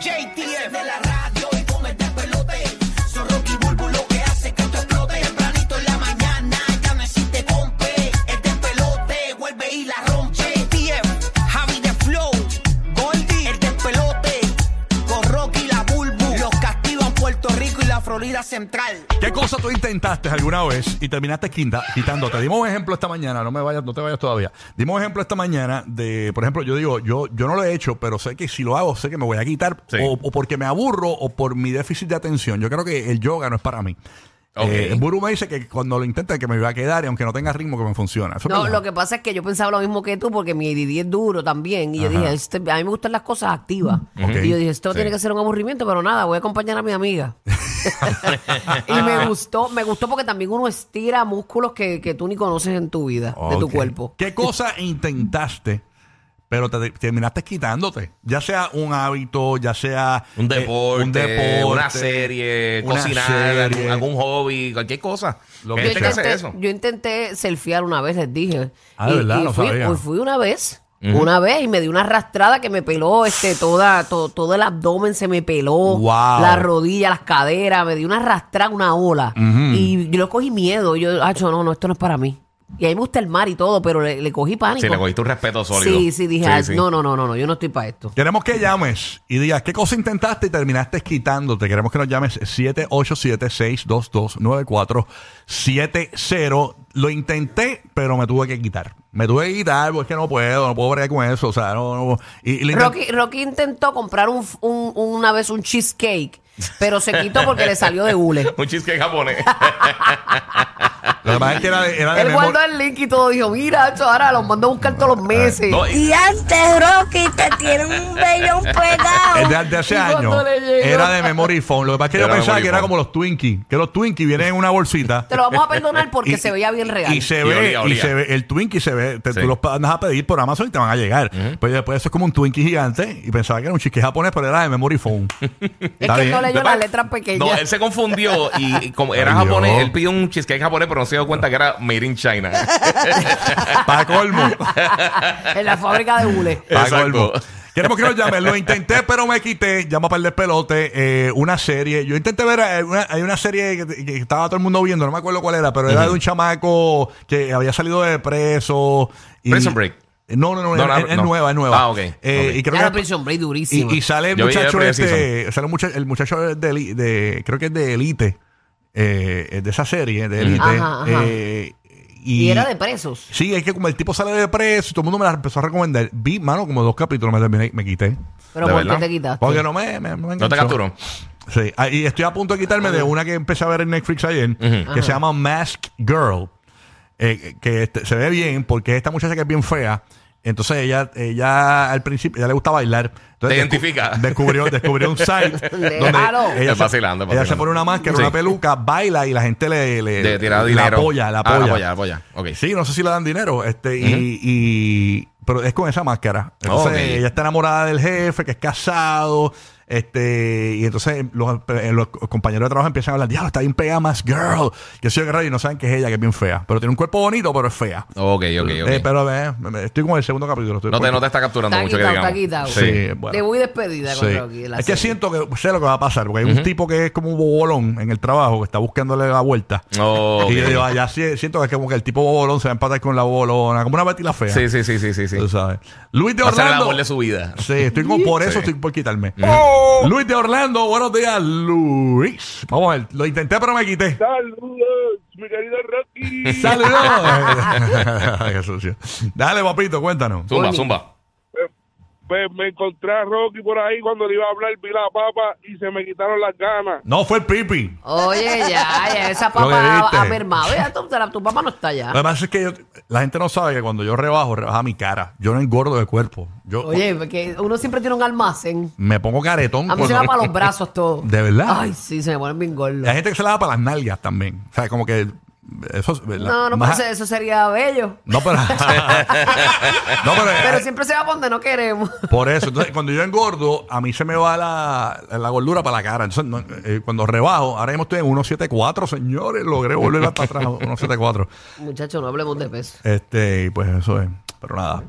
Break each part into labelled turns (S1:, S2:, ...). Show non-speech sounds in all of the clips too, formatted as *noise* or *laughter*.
S1: JTF de la radio y con el despelote. Son Rocky Bulbo lo que hace que esto explote. Tempranito en la mañana ya no existe compe. El despelote vuelve y la rompe. JTF, Javi de Flow, Goldie, el despelote. Con Rocky y la Bulbo. Los castigan Puerto Rico y la Florida Central.
S2: ¿Qué cosa tú intentaste alguna vez y terminaste quinta- quitándote? Dimos un ejemplo esta mañana, no me vayas, no te vayas todavía. Dimos un ejemplo esta mañana de, por ejemplo, yo digo, yo, yo no lo he hecho, pero sé que si lo hago, sé que me voy a quitar,
S3: Sí.
S2: o, o porque me aburro, o por mi déficit de atención. Yo creo que el yoga no es para mí.
S3: Ok.
S2: Eh, Buru me dice que cuando lo intente que me va a quedar y aunque no tenga ritmo que me funciona. Eso es
S4: No,
S2: verdad.
S4: lo que pasa es que yo pensaba lo mismo que tú porque mi ADD es duro también. Y yo dije, este- a mí me gustan las cosas activas.
S2: Mm, Ok.
S4: Y yo dije, esto
S3: Sí.
S4: tiene que ser un aburrimiento, pero nada, voy a acompañar a
S2: *laughs*
S4: mi amiga. y me gustó, me gustó porque también uno estira músculos que, que tú ni conoces en tu vida, de tu
S2: Ok.
S4: cuerpo.
S2: ¿Qué cosa intentaste, pero te, terminaste quitándote? Ya sea un hábito, ya sea
S3: Un
S2: eh,
S3: deporte,
S2: un deporte,
S3: una serie,
S2: una
S3: cocinar,
S2: serie.
S3: algún- algún hobby, cualquier cosa.
S2: Lo
S3: Hay
S2: que
S3: gente que hace
S4: intenté,
S3: eso.
S4: yo intenté selfiear una vez, les dije.
S2: Ah, de verdad, no
S4: fui,
S2: sabía.
S4: pues fui una vez. Una vez y me di una arrastrada que me peló este toda to- todo el abdomen se me peló,
S2: Wow.
S4: las rodillas, las caderas, me di una arrastrada, una ola y yo le cogí miedo, yo, acho, no, no, esto no es para mí. Y a mí me gusta el mar y todo, pero le, le cogí pánico.
S3: Sí, le cogiste un respeto sólido.
S4: sí, sí, dije,
S3: Sí,
S4: "Ah,
S3: sí.
S4: no, no, no, no, no, yo no estoy para esto.
S2: Queremos que llames y digas qué cosa intentaste y terminaste quitándote. Queremos que nos llames 787-622-9470. Lo intenté, pero me tuve que quitar. Me tuve que quitar porque es que no puedo, no puedo bregar con eso. O sea, no. no- y, y lo intent-
S4: Rocky, Rocky intentó comprar un, un- una vez un cheesecake, pero se quitó porque le salió
S3: *laughs*
S4: de hule.
S3: Un cheesecake
S4: *laughs*
S3: japonés.
S2: Lo que pasa es que era de, era de
S4: Él
S2: memoria.
S4: guardó el link y todo dijo, mira, esto ahora los mando a buscar todos
S2: Ah,
S4: los meses.
S3: No, y-
S5: Y antes, Rocky, te tiene un vellón
S2: *laughs* Es
S5: pegado.
S2: de,
S4: *laughs*
S2: de hace
S4: Y cuando
S2: años.
S4: le llegó-
S2: Era de memory foam. Lo que pasa es que yo
S3: Era
S2: pensaba
S3: memory
S2: que era
S3: foam.
S2: como los Twinkies. Que los Twinkies vienen en una bolsita.
S4: *laughs* Te lo vamos a perdonar
S2: *laughs*
S4: porque
S2: Y-
S4: se veía bien real.
S2: Y se
S3: Y
S2: ve,
S3: olía,
S2: y
S3: olía.
S2: se ve, el Twinkie se ve, te-
S3: Sí.
S2: tú los andas a pedir por Amazon y te van a llegar. Pero después eso es como un Twinkie gigante y pensaba que era un chique japonés, pero era de memory foam.
S4: *laughs* es *laughs* que no leyó las letras pequeñas.
S3: No, él se confundió y, y como era
S2: Ay,
S3: japonés,
S2: Dios.
S3: él pidió un cheesecake japonés, pero no se dio cuenta que era made in China.
S2: Para colmo.
S4: *laughs* En la fábrica
S2: *laughs*
S4: de hule.
S2: Para
S3: Exacto.
S2: colmo. Queremos que nos llamen. Lo intenté, pero me quité. Llama para el despelote. eh, una serie. Yo intenté ver. eh, una- hay una serie que, que estaba todo el mundo viendo. No me acuerdo cuál era, pero era de un chamaco que había salido de preso. y-
S3: Prison Break.
S2: No, no, no.
S3: No,
S2: es,
S3: no,
S2: es- es
S3: no.
S2: nueva, es nueva.
S3: Ah, ok,
S2: Eh,
S3: ok.
S2: Y creo
S4: Era
S2: que-
S4: Prison Break
S2: Y,
S4: durísimo.
S2: y sale el
S3: Yo vi el
S2: muchacho
S3: primer
S2: este, sale el muchacho, el muchacho de, Eli- de- creo que es de Elite, eh, de esa serie, de Elite.
S4: Ajá, ajá.
S2: eh, y,
S4: Y, era de presos.
S2: Sí, es que como el tipo sale de preso, todo el mundo me la empezó a recomendar. Vi, mano, como dos capítulos, me terminé, me quité.
S4: Pero
S3: ¿De
S4: ¿por qué
S3: verdad?
S4: te quitaste?
S2: Porque no me, me- me
S3: ¿No
S2: enganchó.
S3: te capturó?
S2: Sí, ah, y estoy a punto de quitarme de una que empecé a ver en Netflix ayer, que se llama Mask Girl, eh, que este- se ve bien porque esta muchacha que es bien fea. Entonces ella, ella al principio, ella le gusta bailar. Entonces
S3: Te
S2: descu-
S3: identifica.
S2: Descubrió, descubrió un site donde
S4: Déjalo.
S2: ella,
S3: Es
S2: se,
S3: vacilando, es
S2: ella se
S3: vacilando.
S2: pone una máscara,
S3: Sí.
S2: una peluca, baila y la gente le, le,
S3: De tirar
S2: la
S3: dinero.
S2: apoya, la
S3: Ah,
S2: apoya.
S3: apoya, apoya. Ok.
S2: Eh, Sí, no sé si le dan dinero, este, y, y- pero es con esa máscara. Entonces,
S3: Ok.
S2: ella está enamorada del jefe, que es casado, este, y entonces los, eh, los compañeros de trabajo empiezan a hablar, diablo, está bien pegada más girl, que soy guerrero y no saben que es ella, que es bien fea. Pero tiene un cuerpo bonito, pero es fea.
S3: Ok, ok, ok.
S2: Eh, pero eh, me- me- estoy con el segundo capítulo. estoy
S3: no, te,
S2: por-
S3: no te está capturando
S4: Está
S3: mucho,
S4: quitado,
S3: que
S4: está
S3: digamos.
S4: quitado.
S2: Sí, bueno.
S4: Te voy despedida con
S2: Sí.
S4: Rocky. en la
S2: Es que
S4: serie.
S2: siento que sé lo que va a pasar, porque hay un tipo que es como un bobolón en el trabajo que está buscándole la vuelta.
S3: Ok.
S2: Y yo digo, allá siento que es como que el tipo bobolón se va a empatar con la bobolona, como una Betty la fea.
S3: Sí, sí, sí, sí, sí. sí.
S2: Tú sabes. Luis de
S3: Va a ser el
S2: Orlando.
S3: amor de su vida.
S2: Sí, estoy como por eso,
S3: Sí.
S2: estoy por quitarme. Oh. Luis de Orlando, buenos días, Luis. Vamos a ver, lo intenté, pero me quité.
S6: Saludos, mi querido
S2: *laughs*
S6: Rocky.
S3: *laughs*
S2: Saludos. Qué sucio. Dale, papito, cuéntanos.
S3: Zumba, zumba.
S6: Pues me encontré a Rocky por ahí cuando le iba a hablar, vi la papa y se me quitaron las ganas.
S2: No fue el pipi.
S4: Oye, ya, ya, esa
S2: Lo que
S4: papa
S2: viste.
S4: ha, ha mermado. Ya, tu, la- tu papá no está
S2: Lo
S4: ya.
S2: que pasa es que yo- la gente no sabe que cuando yo rebajo, rebaja mi cara. Yo no engordo de cuerpo. Yo
S4: Oye, porque uno siempre tiene un almacén.
S2: me pongo caretón.
S4: A mí se me
S2: cuando-
S4: va para los brazos todo.
S2: ¿De verdad?
S4: Ay, sí, se me ponen bien
S2: *laughs*
S4: gordos.
S2: Hay gente que se la da para las nalgas también. O sea, como que. Eso, es-
S4: No, no,
S2: más-
S4: pues eso sería bello.
S2: No,
S4: *laughs*
S2: pero. *laughs* no, pero. eh,
S4: Pero siempre se va para donde no queremos.
S2: Por eso. Entonces, cuando yo engordo, a mí se me va la, la gordura para la cara. Entonces, no, eh, cuando rebajo, ahora mismo estoy en 174, señores. Logré volver hasta atrás, 174.
S4: Muchachos, no hablemos de peso.
S2: Este, y pues eso es. Pero nada.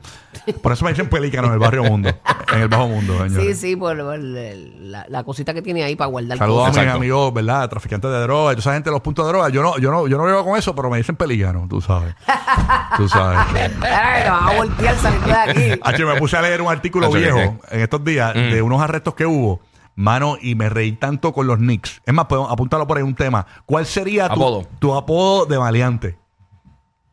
S2: Por eso me dicen pelícano en el barrio mundo. En el bajo mundo,
S4: Sí,
S2: señores.
S4: sí, por, por el- la, la cosita que tiene ahí para guardar.
S2: Saludos a
S4: cosas.
S2: mis
S3: Exacto.
S2: amigos, ¿verdad? Traficantes de drogas. Esa gente de los puntos de droga. Yo no, yo no, yo no vivo con eso, pero me dicen pelícano, tú sabes. Tú
S4: *laughs*
S2: sabes.
S4: Ay, te van a voltear saliendo de *laughs* aquí.
S2: H, me puse a leer un artículo
S3: Hacho, Mm. que
S2: viejo en estos días de unos arrestos que hubo, mano, y me reí tanto con los Knicks. Es más, puedo apuntarlo por ahí un tema. ¿Cuál sería tu
S3: Apodo.
S2: tu apodo de maleante?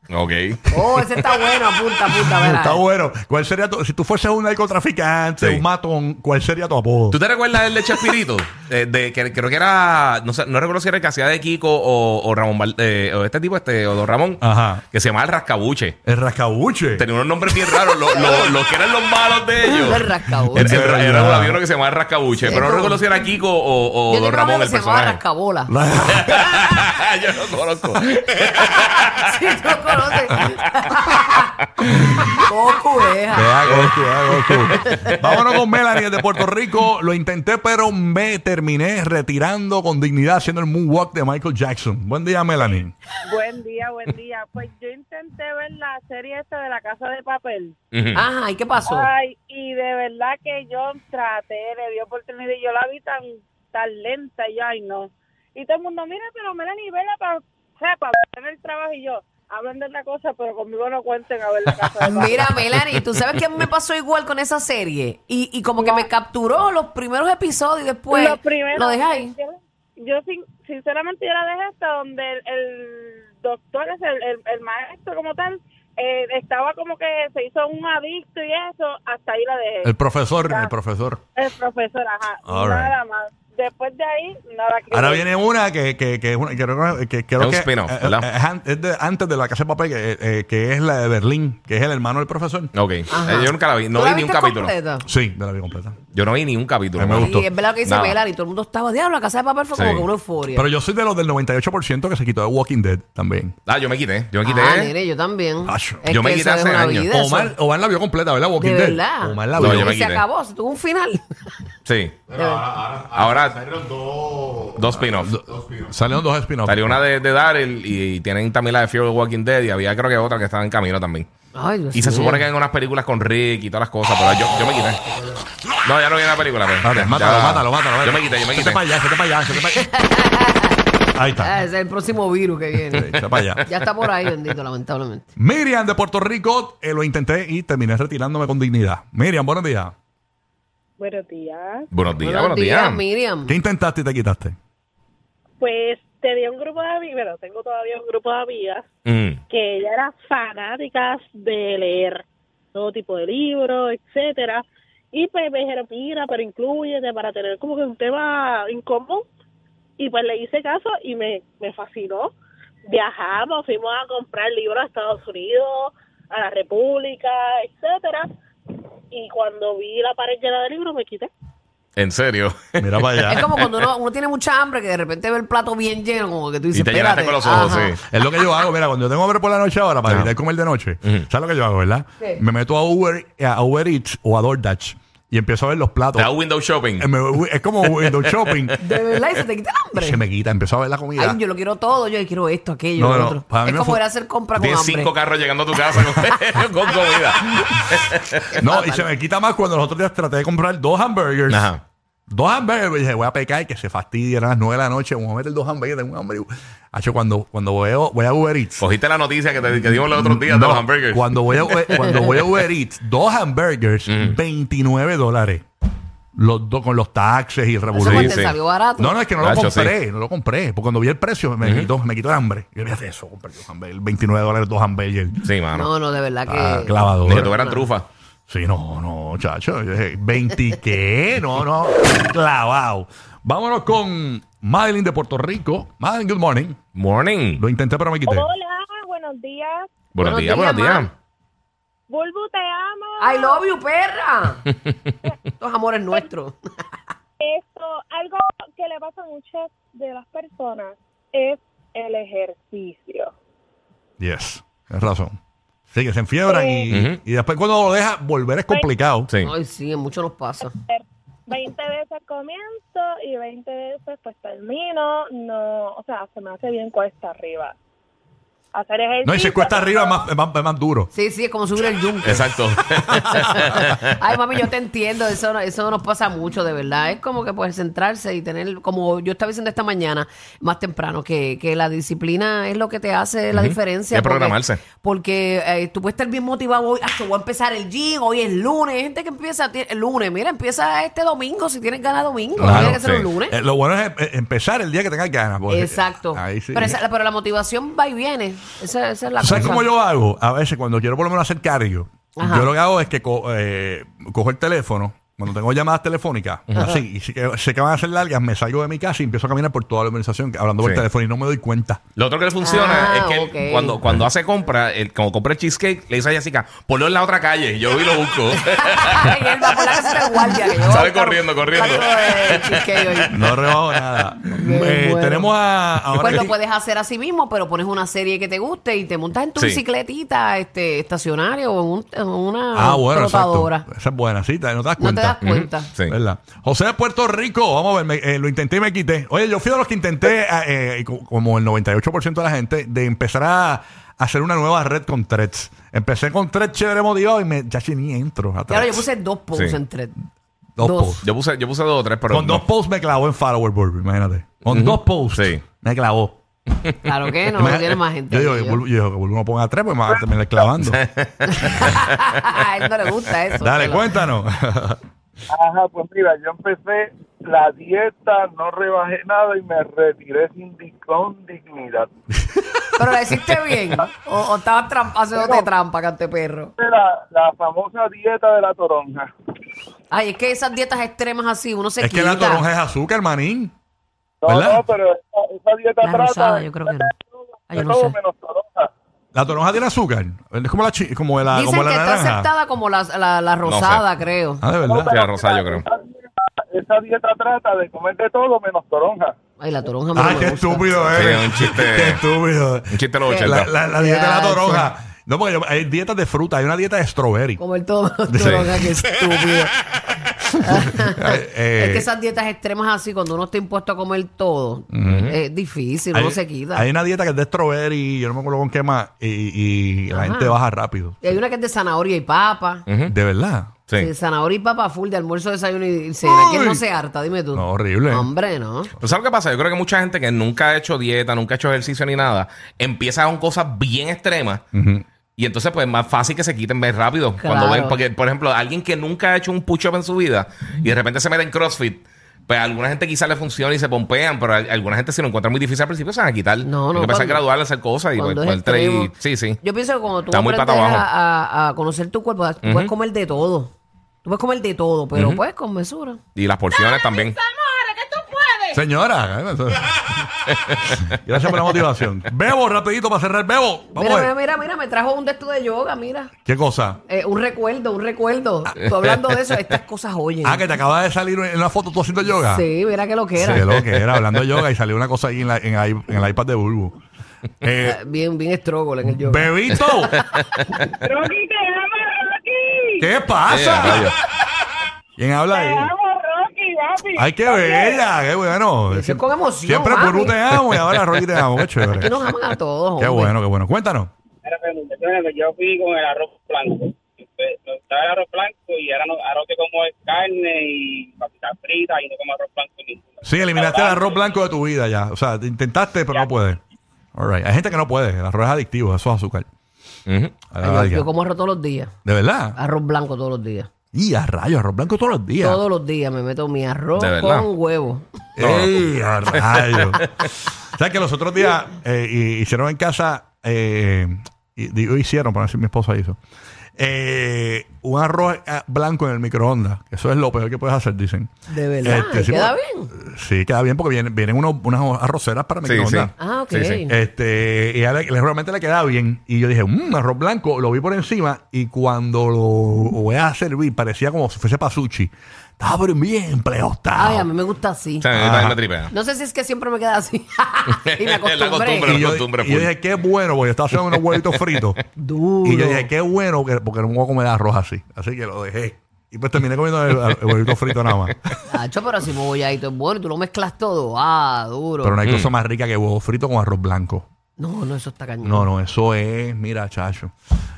S3: Ok.
S4: Oh, ese está bueno, apunta, apunta, verá.
S2: Está bueno. ¿Cuál sería tu, si tú fueses un narcotraficante,
S3: Sí.
S2: un matón, cuál sería tu apodo?
S3: ¿Tú te recuerdas el de Chespirito? *laughs* Eh, de, que, creo que era. No, sé, no recuerdo si era el que hacía de Kiko o, o Ramón. Val- eh, o este tipo, este, o Don Ramón.
S2: Ajá.
S3: Que se llamaba el Rascabuche.
S2: El rascabuche. *laughs*
S3: Tenía unos nombres bien raros. Los lo, los que eran los malos de ellos.
S4: *laughs* El rascabola.
S3: Era, era-
S2: De
S3: era un
S2: verdad.
S3: avión que se llamaba el Rascabuche.
S4: Sí,
S3: pero no
S4: como-
S3: recuerdo si era Kiko o, o
S4: Yo
S3: Don
S4: tengo un amigo
S3: Ramón,
S4: que
S3: el
S4: se llamaba
S3: personaje.
S4: Rascabola. *laughs*
S2: La-
S3: *laughs* Yo no conozco.
S4: Si tú
S3: *laughs*
S4: lo conoces. Goku, deja.
S2: Vea, Goku, vea, Goku. Vámonos con Melanie de Puerto Rico. Lo intenté, pero me terminé retirando con dignidad haciendo el moonwalk de Michael Jackson. Buen día, Melanie.
S7: Buen día, buen día. Pues yo intenté ver la serie esta de la casa de papel.
S3: Ujú.
S4: Ajá, ¿y qué pasó?
S7: Ay, y de verdad que yo traté, le di oportunidad y yo la vi tan, tan lenta y yo, ay no. Y todo el mundo, mira, pero Melanie, vela para, o sea, para hacer el trabajo y yo, hablan de otra cosa, pero conmigo no cuenten a ver la
S4: *laughs*
S7: casa de papel.
S4: Mira, Melanie, tú sabes que a mí me pasó igual con esa serie. Y, y como que me capturó los primeros episodios y después
S7: Lo primero,
S4: pues, lo dejé ahí.
S7: Yo, yo sin- sinceramente yo la dejé hasta donde el, el doctor, es el, el- el maestro como tal, eh, estaba como que se hizo un adicto y eso, hasta ahí la dejé.
S2: El profesor, el profesor.
S7: El profesor, ajá.
S2: All right.
S7: Nada más. Después de ahí, nada que
S2: Ahora
S7: ver.
S2: viene una que, que, que es una que creo que, que creo
S3: Es un
S2: que,
S3: spin-off,
S2: eh,
S3: ¿verdad?
S2: eh, es an- es de- antes de la casa de papel, que, eh, que es la de Berlín, que es el hermano del profesor.
S3: Ok.
S4: Ajá.
S3: Eh, Yo nunca la vi. No
S4: ¿Tú la
S3: vi ni un
S4: viste
S3: capítulo.
S4: completa?
S2: Sí, de la vida completa.
S3: Yo no vi ni un capítulo.
S2: A mí me
S3: mano.
S2: gustó.
S4: Y es verdad que dice
S3: Nada.
S4: Melanie, todo el mundo estaba, diablo, la casa de papel fue como
S3: Sí.
S4: que una euforia.
S2: Pero yo soy de los del 98% que se quitó de Walking Dead también.
S3: Ah, yo me quité. Yo me quité.
S4: Ah, nene, yo también.
S2: Acho,
S4: Es
S3: yo me
S4: que
S3: quité
S4: eso es
S3: hace
S4: una
S3: años.
S4: vida, eso-
S2: Omar, Omar la vio completa, ¿verdad? Walking
S4: De
S2: Dead.
S4: verdad.
S2: Omar la
S3: No,
S2: vio.
S3: yo me
S4: y se
S3: quité. Ah.
S4: acabó, se tuvo un final.
S3: sí. Ahora salieron dos, spin-offs.
S2: Salieron dos spin-offs.
S3: Salió una de, de Daryl y, tienen también la de Fear of the Walking Dead y había creo que otra que estaba en camino también.
S4: Ay, Dios
S3: Y se
S4: mío. Ah,
S3: supone que hay unas películas con Rick y todas las cosas, pero yo, yo me quité. No, ya no vi la película. Pero
S2: Espérate,
S3: ya-
S2: mátalo,
S3: ya-
S2: mátalo, mátalo.
S3: Yo me quité, yo me
S2: Vete
S3: quité.
S2: para allá, vete para allá, vete para
S4: *laughs*
S2: allá. Ahí está.
S4: Ah, ese es el próximo virus que viene.
S2: Vete para allá.
S4: *laughs* ya está por ahí, bendito, lamentablemente.
S2: Miriam de Puerto Rico, eh, lo intenté y terminé retirándome con dignidad. Miriam, buenos días.
S7: Buenos días.
S3: Buenos días, buenos días.
S4: Miriam.
S2: ¿Qué intentaste y te quitaste?
S7: Pues tenía un grupo de amigas, bueno, tengo todavía un grupo de amigas
S3: Mm.
S7: que ella era fanáticas de leer todo tipo de libros, etcétera. Y pues me dijeron, mira, pero incluyete para tener como que un tema en común. Y pues le hice caso y me, me fascinó. Viajamos, fuimos a comprar libros a Estados Unidos, a la República, etcétera. Y cuando vi la pared llena de libros me quité.
S3: En serio.
S2: *laughs* Mira para allá.
S4: *laughs* Es como cuando uno, uno tiene mucha hambre que de repente ve el plato bien lleno, como que tú dices,
S3: y te llenaste con los
S4: "Espérate".
S3: ojos,
S4: Ajá.
S3: sí.
S2: Es lo que yo hago, mira, cuando yo tengo hambre por la noche ahora para
S3: Ajá.
S2: evitar comer de noche,
S3: Ujú.
S2: ¿sabes lo que yo hago, verdad?
S4: ¿Qué?
S2: Me meto a Uber, a Uber Eats o a DoorDash y empiezo a ver los platos.
S3: Te da window shopping.
S2: Eh, me- Es como
S3: *laughs*
S2: window shopping.
S4: De verdad, y se te quita el
S2: Y
S4: hambre.
S2: se me quita, empiezo a ver la comida.
S4: Ay, yo lo quiero todo, yo quiero esto, aquello,
S2: No,
S4: lo
S2: no,
S4: otro.
S2: para mí
S4: Es
S2: me
S4: como
S2: fue-
S4: ir a hacer compra con
S3: Tienes
S4: hambre.
S3: cinco carros llegando a tu casa con, *laughs* con comida.
S2: no, y se me quita más cuando los otros días traté de comprar dos hamburgers.
S3: Ajá.
S2: Dos hamburgers. Y dije, voy a pecar y que se fastidien a las nueve de la noche. Vamos a meter dos hamburgers, tengo un hambre. Hacho, cuando, cuando veo, voy a Uber Eats.
S3: Cogiste la noticia que, te, que dimos los otros días de
S2: No,
S3: los hamburgers.
S2: Cuando
S3: *laughs*
S2: voy a, Uber- cuando voy a Uber Eats, dos hamburgers, 29 dólares. Los dos con los taxes y
S4: Eso
S2: revoluciones.
S4: cuando
S3: Sí,
S4: te
S3: sí.
S4: salió barato.
S2: No, no, es que no
S3: Nacho,
S2: lo compré, no lo compré. Porque cuando vi el precio me quitó, me quitó el hambre. Yo fíjate eso, compré dos hamburgers, 29 dólares, dos hamburgers.
S3: Sí, mano.
S4: No, no, de verdad que.
S2: Ah,
S4: claro.
S2: clavador.
S3: Ni que tuvieran trufa.
S2: Sí, no, no, chacho. Yo dije, ¿20 qué? No, no. Clavado. Vámonos con Madeline de Puerto Rico. Madeline, good morning.
S3: Morning.
S2: Lo intenté, pero me quité.
S7: Hola, buenos días.
S3: Buenos
S4: Buenos
S3: días,
S4: días,
S3: buenos días.
S4: ma.
S7: Bulbu, te amo.
S4: I love you, *laughs* perra. Estos amores nuestros.
S7: Esto, algo que le pasa a muchas de las personas es el ejercicio.
S2: Yes. Tienes razón. Sí, que se enfiebran y,
S3: Ujú.
S2: y después cuando lo deja volver es
S4: Pues,
S2: complicado.
S3: Sí.
S4: Ay, sí, en mucho nos pasa.
S7: 20 veces comienzo y 20 veces pues termino. No, o sea, se me hace bien cuesta arriba. Hacer ejercicio.
S2: No, y si cuesta arriba es más, es más, es más duro.
S4: Sí, sí, es como subir el yunque.
S3: Exacto.
S4: *laughs*
S3: *laughs*
S4: Ay, mami, yo te entiendo, eso, no- eso nos pasa mucho, de verdad. Es como que pues centrarse y tener, como yo estaba diciendo esta mañana, más temprano, que, que la disciplina es lo que te hace la diferencia.
S3: Y programarse.
S4: Porque eh, tú puedes estar bien motivado hoy, "Acho, voy a empezar el gym, hoy es lunes. Hay gente que empieza ti- el lunes, mira, empieza este domingo, si tienes ganas domingo,
S3: Claro,
S4: tiene que ser
S3: sí.
S4: un lunes.
S2: Eh, lo bueno es eh, empezar el día que tengas ganas. porque-
S4: Exacto.
S2: Pues, Ahí sí.
S4: pero, esa- pero la motivación va y viene. Esa, esa es la
S2: ¿Sabes
S4: cosa.
S2: cómo yo hago? A veces cuando quiero por lo menos hacer cardio,
S4: Ajá.
S2: yo lo que hago es que co- eh, cojo el teléfono, cuando tengo llamadas telefónicas, así, y si que- sé que van a ser largas, me salgo de mi casa y empiezo a caminar por toda la organización hablando por
S3: Sí.
S2: teléfono y no me doy cuenta.
S3: Lo otro que le funciona
S4: Ah,
S3: es que él,
S4: ok.
S3: cuando, cuando hace compra, él, como compra el cheesecake, le dice a Jessica, ponlo en la otra calle. Yo voy y lo busco. *laughs*
S4: Ay, *laughs* él va por la casa del guardia. que yo-
S3: Sale corriendo, corriendo.
S4: Ay, cheesecake hoy.
S2: No rebajo nada. *laughs* Eh,
S4: bueno.
S2: Tenemos a... ahora
S4: Pues lo
S2: sí-
S4: puedes hacer así mismo, pero pones una serie que te guste y te montas en tu
S3: Sí.
S4: bicicletita este, estacionaria o en, un- en una
S2: Ah, bueno, exacto.
S4: trotadora.
S2: Esa es buena, sí, te- no te das
S4: No te
S2: cuenta.
S4: das cuenta.
S3: Sí.
S2: ¿Verdad? José de Puerto Rico, vamos a ver, me- eh, lo intenté y me quité. Oye, yo fui de los que intenté, eh, eh, co- como el 98% de la gente, de empezar a hacer una nueva red con threads. Empecé con threads chévere motivado y me, ya sí, ni entro. a
S4: Y ahora yo
S2: Threads.
S4: puse dos posts
S3: Sí.
S4: entre
S2: dos,
S4: dos.
S2: posts.
S3: Yo puse, yo puse dos o tres, pero.
S2: Con
S3: no.
S2: dos posts me clavó en follower Burby, imagínate. Con dos posts
S3: Sí.
S2: me clavó.
S4: Claro
S2: *laughs*
S4: que no,
S2: Imagínate,
S4: no tiene más gente.
S2: Yo digo,
S4: que
S2: yo
S4: yo.
S2: vuelvo- yo digo, que vuelvo uno ponga tres, pues me va a terminar clavando.
S4: *laughs* a él no le gusta eso.
S2: Dale,
S4: pero-
S2: cuéntanos.
S6: Ajá, pues mira, yo empecé la dieta, no rebajé nada y me retiré sin di- con dignidad.
S4: Pero lo hiciste bien. O, o estabas trampa, haciéndote trampa, cante perro.
S6: Hice La, la famosa dieta de la toronja.
S4: Ay, es que esas dietas extremas así, uno *laughs* se
S2: es que
S4: quita.
S2: la toronja es azúcar, manín.
S6: No,
S2: ¿Verdad?
S6: no, pero esa, esa dieta
S4: La
S6: trata
S4: rosada,
S6: de-
S4: yo creo que no. Ay, yo
S6: de
S4: no
S6: todo
S4: sé.
S6: menos toronja.
S2: La toronja tiene azúcar. Es como la, chi- como la,
S4: Dicen
S2: Ah, como la
S4: que está
S2: naranja.
S4: aceptada como la, la, la rosada, creo.
S2: Ah, de verdad.
S3: Sí, la rosada, yo creo.
S6: Esa dieta- Esa dieta trata de comer de todo menos toronja.
S4: Ay, la toronja me
S2: Ay,
S4: no
S2: qué
S4: me gusta.
S2: estúpido
S3: Sí,
S2: eres.
S3: un chiste-
S2: Qué estúpido.
S3: Un chiste de los
S4: Eh,
S3: 80.
S2: La, la- la dieta de la
S4: Ya,
S2: toronja. No, porque yo- hay dietas de fruta. Hay una dieta de strawberry. *laughs*
S4: Comer todo toronja, qué estúpido.
S2: Eh, eh,
S4: es que esas dietas extremas así, cuando uno está impuesto a comer todo, es difícil, uno
S2: hay-
S4: se quita.
S2: Hay una dieta que es de strawberry. Yo no me acuerdo con qué más. Y, y la
S4: Ajá.
S2: gente baja rápido.
S4: y hay una que es de zanahoria y papa.
S3: Ujú.
S2: De verdad.
S3: Sí.
S4: De zanahoria y papa full de almuerzo, desayuno y cena. ¿Quién
S2: Uy.
S4: no se harta? Dime tú.
S2: No, horrible.
S4: Hombre, ¿no?
S3: Pero ¿sabes lo que pasa? Yo creo que mucha gente que nunca ha hecho dieta, nunca ha hecho ejercicio ni nada, empieza con cosas bien extremas. Y entonces, pues, es más fácil que se quiten más rápido. Cuando ven, porque, por ejemplo, alguien que nunca ha hecho un push-up en su vida y de repente se mete en CrossFit, pues a alguna gente quizás le funciona y se pompean, pero a a alguna gente si lo encuentra muy difícil al principio se van a quitar.
S4: No, no,
S3: Hay que empezar
S4: cuando-
S3: a graduar, a hacer cosas y pues,
S4: Cuando es
S3: ponerte ahí-
S4: extremo.
S3: Sí, sí.
S4: Yo pienso que cuando tú
S3: Está muy
S4: aprendes
S3: pata
S4: a,
S3: abajo.
S4: a- a conocer tu cuerpo, tú puedes comer de todo. Tú puedes comer de todo, pero pues con mesura.
S3: Y las porciones
S4: *laughs*
S3: también. Eh,
S2: Señora. Gracias por la motivación. Bebo, rapidito para cerrar. Bebo. Vamos
S4: Mira,
S2: a ver.
S4: mira, mira, mira, me trajo un de estos de yoga, mira.
S2: ¿Qué cosa?
S4: Eh, un recuerdo, un recuerdo. Tú hablando de eso, estas cosas oyen.
S2: Ah, que te acaba de salir en una foto tú haciendo yoga.
S4: Sí, mira que lo que era.
S2: Sí, lo que era, hablando de yoga y salió una cosa ahí en, la- en el, i- en el iPad de Bulbu. Eh,
S4: Ah, Bien, bien estrógola en el *laughs* yoga.
S2: Bebito,
S7: Rocky, te amo, Rocky.
S2: ¿qué
S3: Eh, rayos.
S2: pasa? ¿Quién habla
S7: Te
S2: ahí?
S7: amo, Rocky, papi.
S2: Ay, qué bella, qué bueno.
S4: Eso es con emoción,
S2: Siempre
S4: mami.
S2: Burbu te amo y ahora Rocky te amo, qué chévere.
S4: Aquí nos aman a todos,
S2: Qué
S4: hombre.
S2: bueno, qué bueno. Cuéntanos.
S8: Espérate, espérate, yo fui con el arroz blanco. Pues, Me gustaba el arroz blanco y ahora no, arroz que como es carne y papitas fritas y no como arroz blanco ninguno.
S2: Sí, eliminaste el arroz blanco de tu vida ya. O sea, te intentaste, pero no puedes. All right. Hay gente que no puede. El arroz es adictivo, eso es azúcar.
S3: Ujú.
S2: A la
S4: Ay, yo-
S2: larga.
S4: yo, como arroz todos los días.
S2: De verdad.
S4: Arroz blanco todos los días.
S2: Y a rayos, arroz blanco todos los días.
S4: Todos los días me meto mi arroz
S3: ¿De verdad?
S4: con huevo.
S2: ¡Ey, a *laughs* rayos! o sea, que los otros días eh, hi- hicieron en casa, eh, y- digo hicieron, para decir mi esposa hizo, eh, un arroz eh, blanco en el microondas. que Eso es lo peor que puedes hacer, dicen.
S4: De verdad.
S2: Este, sí,
S4: Ah, ¿Queda
S2: porque-
S4: bien?
S2: Sí, queda bien porque vienen, vienen unos- unas arroceras para
S3: Sí, sí.
S2: microondas.
S4: Ah, ok.
S3: Sí, sí.
S2: Este, y ella le- le- realmente le quedaba bien. Y yo dije, mmm, arroz blanco. Lo vi por encima y cuando lo voy a servir, parecía como si fuese para sushi. Estaba pero bien
S4: Ay, a mí
S2: pleostado.
S4: me gusta así.
S3: O sea, a mí
S2: Ajá.
S3: también me tripea.
S4: *laughs* No sé si es que siempre me queda así. *laughs*
S2: *laughs*
S4: y me
S3: La
S4: acostumbré.
S3: costumbre.
S2: Y yo,
S3: costumbre
S2: y yo
S3: full.
S2: dije, qué bueno, porque yo estaba haciendo unos huevitos fritos.
S4: Duro.
S2: Y yo dije, qué bueno, que- porque no me voy a comer arroz así. Así que lo dejé. Y pues terminé comiendo el, el huevito frito nada más.
S4: Nacho, pero si mogollado es bueno y tú lo mezclas todo. Ah, duro.
S2: Pero no hay cosa más rica que huevo frito con arroz blanco.
S4: No, no, eso está cañón.
S2: No, no, eso es, mira, chacho.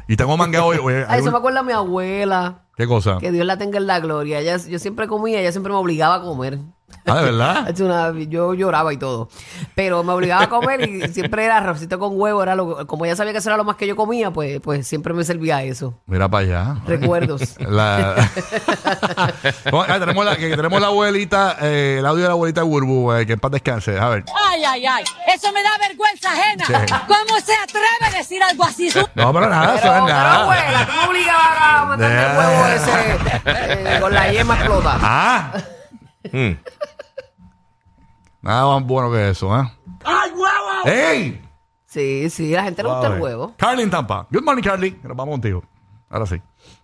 S2: Y tengo manga hoy. oye,
S4: Ay,
S2: hay
S4: Ah, eso
S2: un-
S4: me acuerda a mi abuela.
S2: ¿Qué cosa?
S4: Que Dios la tenga en la gloria. Ella, yo siempre comía, ella siempre me obligaba a comer.
S2: Ah, ¿de verdad?
S4: Es una- yo lloraba y todo. Pero me obligaba a
S2: *laughs*
S4: comer y siempre era arrocito con huevo. Era lo, como ella sabía que eso era lo más que yo comía, pues, pues siempre me servía eso.
S2: Mira para allá. *laughs*
S4: Recuerdos. *laughs*
S2: La... Bueno, ah, tenemos, la, que tenemos la abuelita, eh, el audio de la abuelita de Burbu, eh, que en paz descanse. A ver.
S9: Ay, ay, ay. Eso me da vergüenza ajena.
S2: Sí.
S9: ¿Cómo se atreve a decir algo así? Su-
S2: No, pero nada, eso es
S4: Pero,
S2: nada.
S4: abuela, tú me obligabas a mandar el huevo ese eh, con la yema explotada.
S2: Ah,
S3: Mm.
S2: nada más bueno que eso, ¿eh? ¡Ay, huevo! ¡Ey!
S4: Sí, sí, a la gente le gusta el
S2: Suave.
S4: huevo.
S2: Carly en Tampa. Good morning, Carly. Nos vamos contigo. Ahora sí.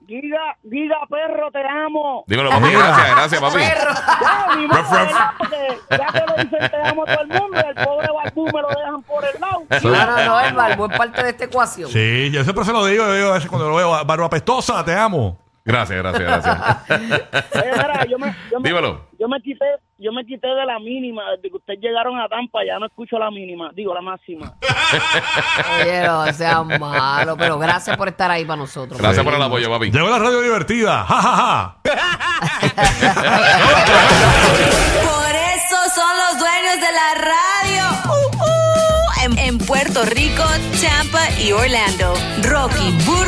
S8: Giga, Giga, perro, te
S2: *laughs*
S8: amo.
S3: Dímelo, papi. Gracias, gracias, papi.
S8: Ya, ni modo,
S3: Ruff, ruff.
S8: ¿verdad? Porque ya que lo dicen te amo a todo el mundo, el pobre Balbú me lo dejan por el lado.
S4: No, no, no, el barbo es parte de esta ecuación.
S2: Sí, yo siempre se lo digo, yo digo a veces cuando lo veo, barba apestosa, te *laughs* amo.
S3: Gracias, gracias,
S4: *laughs*
S3: gracias.
S8: Oye, mira, yo me, yo me-
S3: Dímelo.
S8: yo me quité, yo me quité de la mínima, desde que ustedes llegaron a Tampa, ya no escucho la mínima, digo la máxima.
S4: Oye, no seas malo, pero gracias por estar ahí para nosotros.
S3: Gracias por el apoyo, papi.
S2: Llegó la radio divertida. Ja, ja, ja.
S3: 예,
S9: Por eso son los dueños de la radio. Uh, uh. En, en Puerto Rico, Tampa y Orlando. Rocky, Burbu.